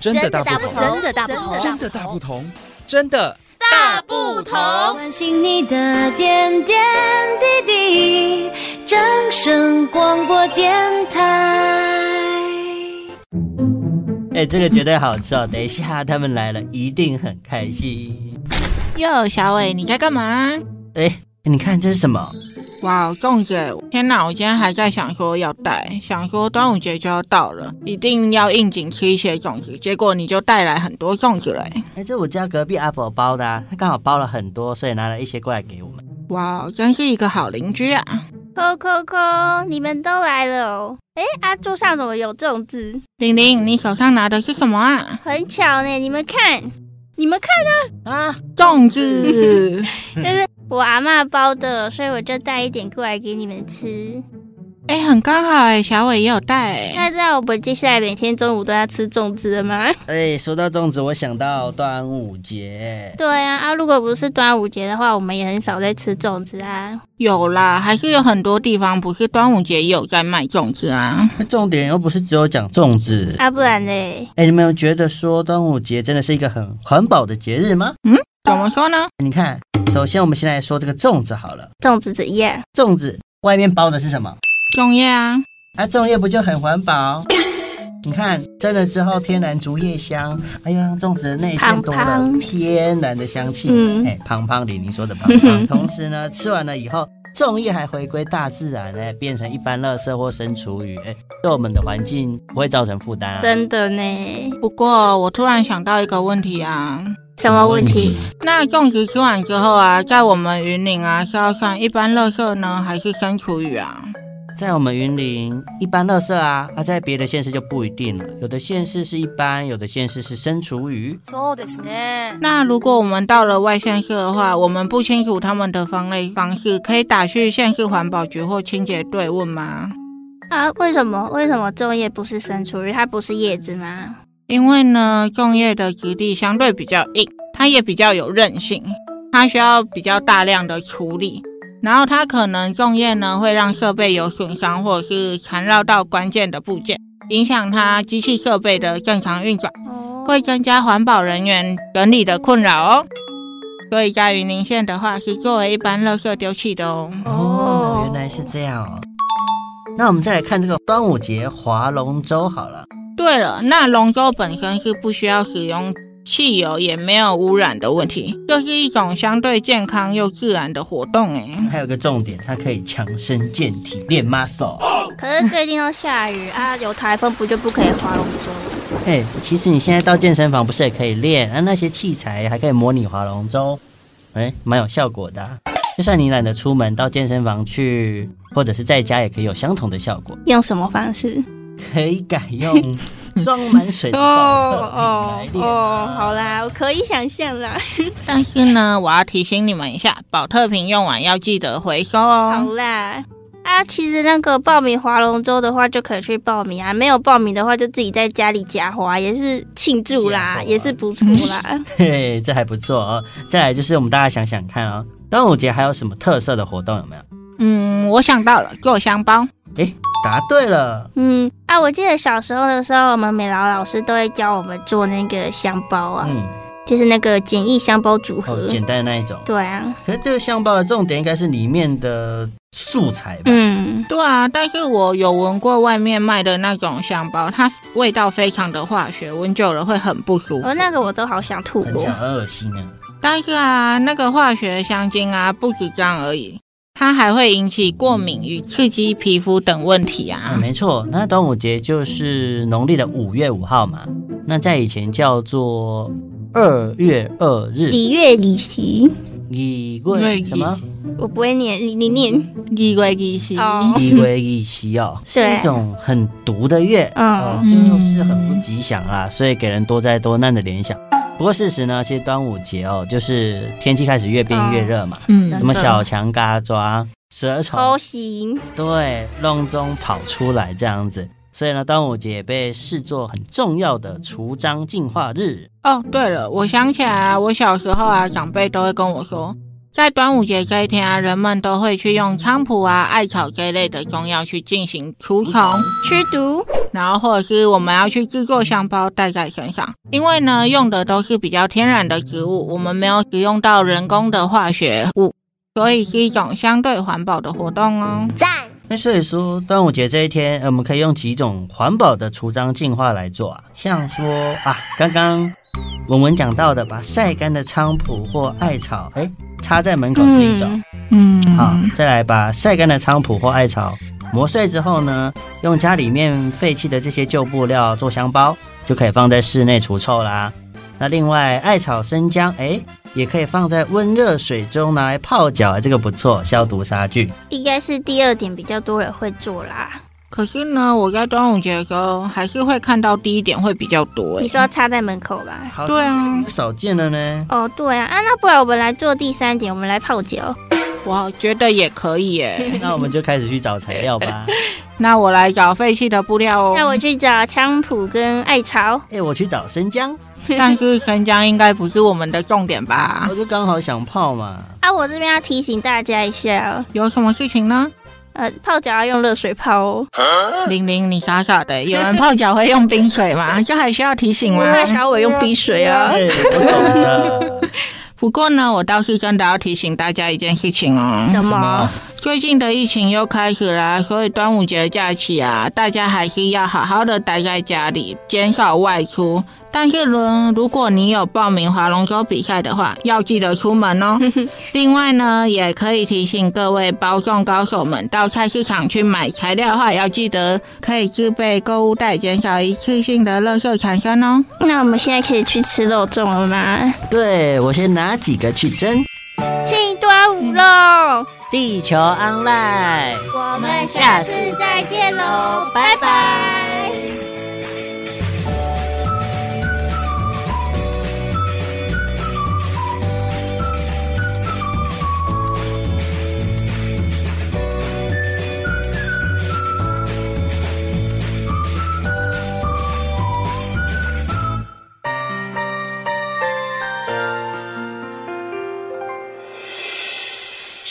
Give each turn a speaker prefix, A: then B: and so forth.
A: 真的大
B: 大
A: 不
B: 不
A: 同，
B: 真的大不同
A: 真的大不同，真的
B: 大不同。
C: 关心你的点点滴滴，掌声广播电台。
D: 哎、这个绝对好吃哦！等一下他们来了，一定很开心。
E: 哟，小伟，你在干嘛？
D: 哎、你看这是什么？
E: 哇，粽子！天哪，我今天还在想说要带，想说端午节就要到了，一定要应景吃一些粽子。结果你就带来很多粽子嘞！
D: 哎、这我家隔壁阿婆包的、啊，她刚好包了很多，所以拿了一些过来给我们。
E: 哇，真是一个好邻居啊！
B: 扣扣扣，你们都来了哦。哎，啊，桌上怎么有粽子？
E: 玲玲，你手上拿的是什么啊？
B: 很巧呢，你们看，你们看，
D: 啊，
E: 粽子。
B: 就是我阿妈包的，所以我就带一点过来给你们吃。
E: 哎、很刚好哎、小伟也有带、
B: 那知道我们接下来每天中午都要吃粽子了吗？
D: 哎、说到粽子，我想到端午节。
B: 对啊，啊，如果不是端午节的话，我们也很少在吃粽子啊。
E: 有啦，还是有很多地方不是端午节也有在卖粽子啊。
D: 重点又不是只有讲粽子。
B: 啊，不然嘞，
D: 哎、你们有觉得说端午节真的是一个很环保的节日吗？哎
E: 怎么说呢？
D: 你看，首先我们先来说这个粽子好了，
B: 粽子怎样？
D: 粽子外面包的是什么？
E: 粽叶啊，
D: 啊，粽叶不就很环保？ 你看，蒸了之后天然竹叶香，还有让粽子的内馅多了
B: 胖胖
D: 天然的香气。
B: 嗯
D: 哎、胖胖李宁说的胖 胖。同时呢，吃完了以后，粽叶还回归大自然，哎，变成一般垃圾或生厨余，哎，对我们的环境不会造成负担啊。
B: 真的呢？
E: 不过我突然想到一个问题啊，
B: 什么问题？
D: 嗯
E: 那粽子吃完之后啊，在我们云岭啊是要算一般垃圾呢，还是生厨余啊？
D: 在我们云林，一般垃圾啊，啊，在别的县市就不一定了。有的县市是一般，有的县市是生厨余。
B: 嗯
E: 那如果我们到了外县市的话，我们不清楚他们的分类方式，可以打去县市环保局或清洁队问吗？
B: 啊，为什么？为什么粽叶不是生厨余？它不是叶子吗？
E: 因为呢，粽叶的质地相对比较硬，它也比较有韧性，它需要比较大量的处理。然后它可能粽叶呢会让设备有损伤，或者是缠绕到关键的部件，影响它机器设备的正常运转，
B: 哦，
E: 会增加环保人员整理的困扰哦。所以在云林县的话，是作为一般垃圾丢弃的哦。
D: 哦，原来是这样哦。那我们再来看这个端午节划龙舟好了。
E: 对了，那龙舟本身是不需要使用汽油，也没有污染的问题，这是一种相对健康又自然的活动诶。
D: 还有个重点，它可以强身健体，练 muscle。
B: 可是最近都下雨啊，有台风不就不可以划龙舟？
D: 哎、其实你现在到健身房不是也可以练？啊，那些器材还可以模拟划龙舟，哎、蛮有效果的啊、就算你懒得出门，到健身房去，或者是在家也可以有相同的效果，
B: 用什么方式？
D: 可以改用装满水的保特瓶来练啊、
B: 哦好啦，我可以想象啦。
E: 但是呢，我要提醒你们一下，保特瓶用完要记得回收
B: 好
E: 哦。
B: 啦，啊，其实那个报名划龙舟的话，就可以去报名啊；没有报名的话，就自己在家里假划，也是庆祝
D: 假
B: 啦，
D: 滑
B: 也是不错啦。
D: 嘿，这还不错哦。再来就是我们大家想想看哦，端午节还有什么特色的活动有没有？
E: 嗯，我想到了，做香包。
D: 哎，答对了。
B: 嗯，啊，我记得小时候的时候，我们美劳老师都会教我们做那个香包啊，
D: 嗯，
B: 就是那个简易香包组合
D: 哦，。简单的那一种。
B: 对啊，
D: 可是这个相包的重点应该是里面的素材吧？
B: 嗯，
E: 对啊，但是我有闻过外面卖的那种香包，它味道非常的化学，闻久了会很不舒服
B: 哦，。那个我都好想吐
D: 很
B: 哦
D: 想。很恶心啊！
E: 但是啊，那个化学香精啊，不止这样而已，它还会引起过敏与刺激皮肤等问题
D: 啊，
E: 啊。
D: 没错，那端午节就是农历的五月五号嘛，那在以前叫做二月二日，
B: 礼乐礼席，
D: 一
E: 对
D: 月什么
B: 我不会念，你你念
E: 奇怪奇西
B: 哦。
D: 一月一夕哦，是
B: 对
D: 一种很毒的月，
B: 嗯
D: 哦，就是很不吉祥啦，所以给人多灾多难的联想。不过事实呢，其实端午节哦，就是天气开始越变越热嘛，
E: 嗯
D: 什么小强嘎抓、蛇虫、
B: 偷袭，
D: 对，笼中跑出来这样子。所以呢，端午节也被视作很重要的除瘴净化日。
E: 哦，对了，我想起来、啊，我小时候啊，长辈都会跟我说，在端午节这一天啊，人们都会去用菖蒲啊、艾草这一类的中药去进行除虫，
B: 驱毒，
E: 然后或者是我们要去制作香包带在身上，因为呢用的都是比较天然的植物，我们没有使用到人工的化学物，所以是一种相对环保的活动哦。
F: 赞，
D: 那所以说，端午节这一天，呃我们可以用几种环保的除脏净化来做啊，像说啊，刚刚我们讲到的，把晒干的菖蒲或艾草，哎，插在门口是一种。
E: 嗯，
D: 好，再来把晒干的菖蒲或艾草磨碎之后呢，用家里面废弃的这些旧布料做香包，就可以放在室内除臭啦。那另外，艾草生姜，哎，也可以放在温热水中拿来泡脚，哎这个不错，消毒杀菌。
B: 应该是第二点比较多人会做啦。
E: 可是呢，我在端午节的时候还是会看到第一点会比较多、
B: 你
E: 欸。
B: 说要插在门口吧？
D: 好
E: 对啊，
D: 少见了呢。
B: 哦，对啊，啊，那不然我们来做第三点，我们来泡脚。
D: 哦
E: 我觉得也可以耶、
D: 那我们就开始去找材料吧。
E: 那我来找废弃的布料哦。
B: 那 我去找菖蒲跟艾草。
D: 哎、我去找生姜，
E: 但是生姜应该不是我们的重点吧
B: 嗯
D: 我？就刚好想泡嘛。
B: 啊，我这边要提醒大家一下哦，
E: 有什么事情呢？
B: 呃，泡脚要用热水泡哦。
E: 玲玲，你傻傻的，有人泡脚会用冰水 吗？这还需要提醒吗？
B: 那小伟用冰水啊。
D: 哎我懂了。
E: 不过呢，我倒是真的要提醒大家一件事情哦，
B: 什么？
E: 最近的疫情又开始啦，所以端午节假期啊，大家还是要好好的待在家里，减少外出。但是呢，如果你有报名划龙舟比赛的话，要记得出门哦。另外呢，也可以提醒各位包粽高手们，到菜市场去买材料的话，要记得可以自备购物袋，减少一次性的垃圾产生哦。
B: 那我们现在可以去吃肉粽了吗？
D: 对，我先拿几个去蒸。
B: 庆端午喽！
D: 地球 online。
B: 我
D: 们下次
B: 再见喽，
D: 拜
B: 拜。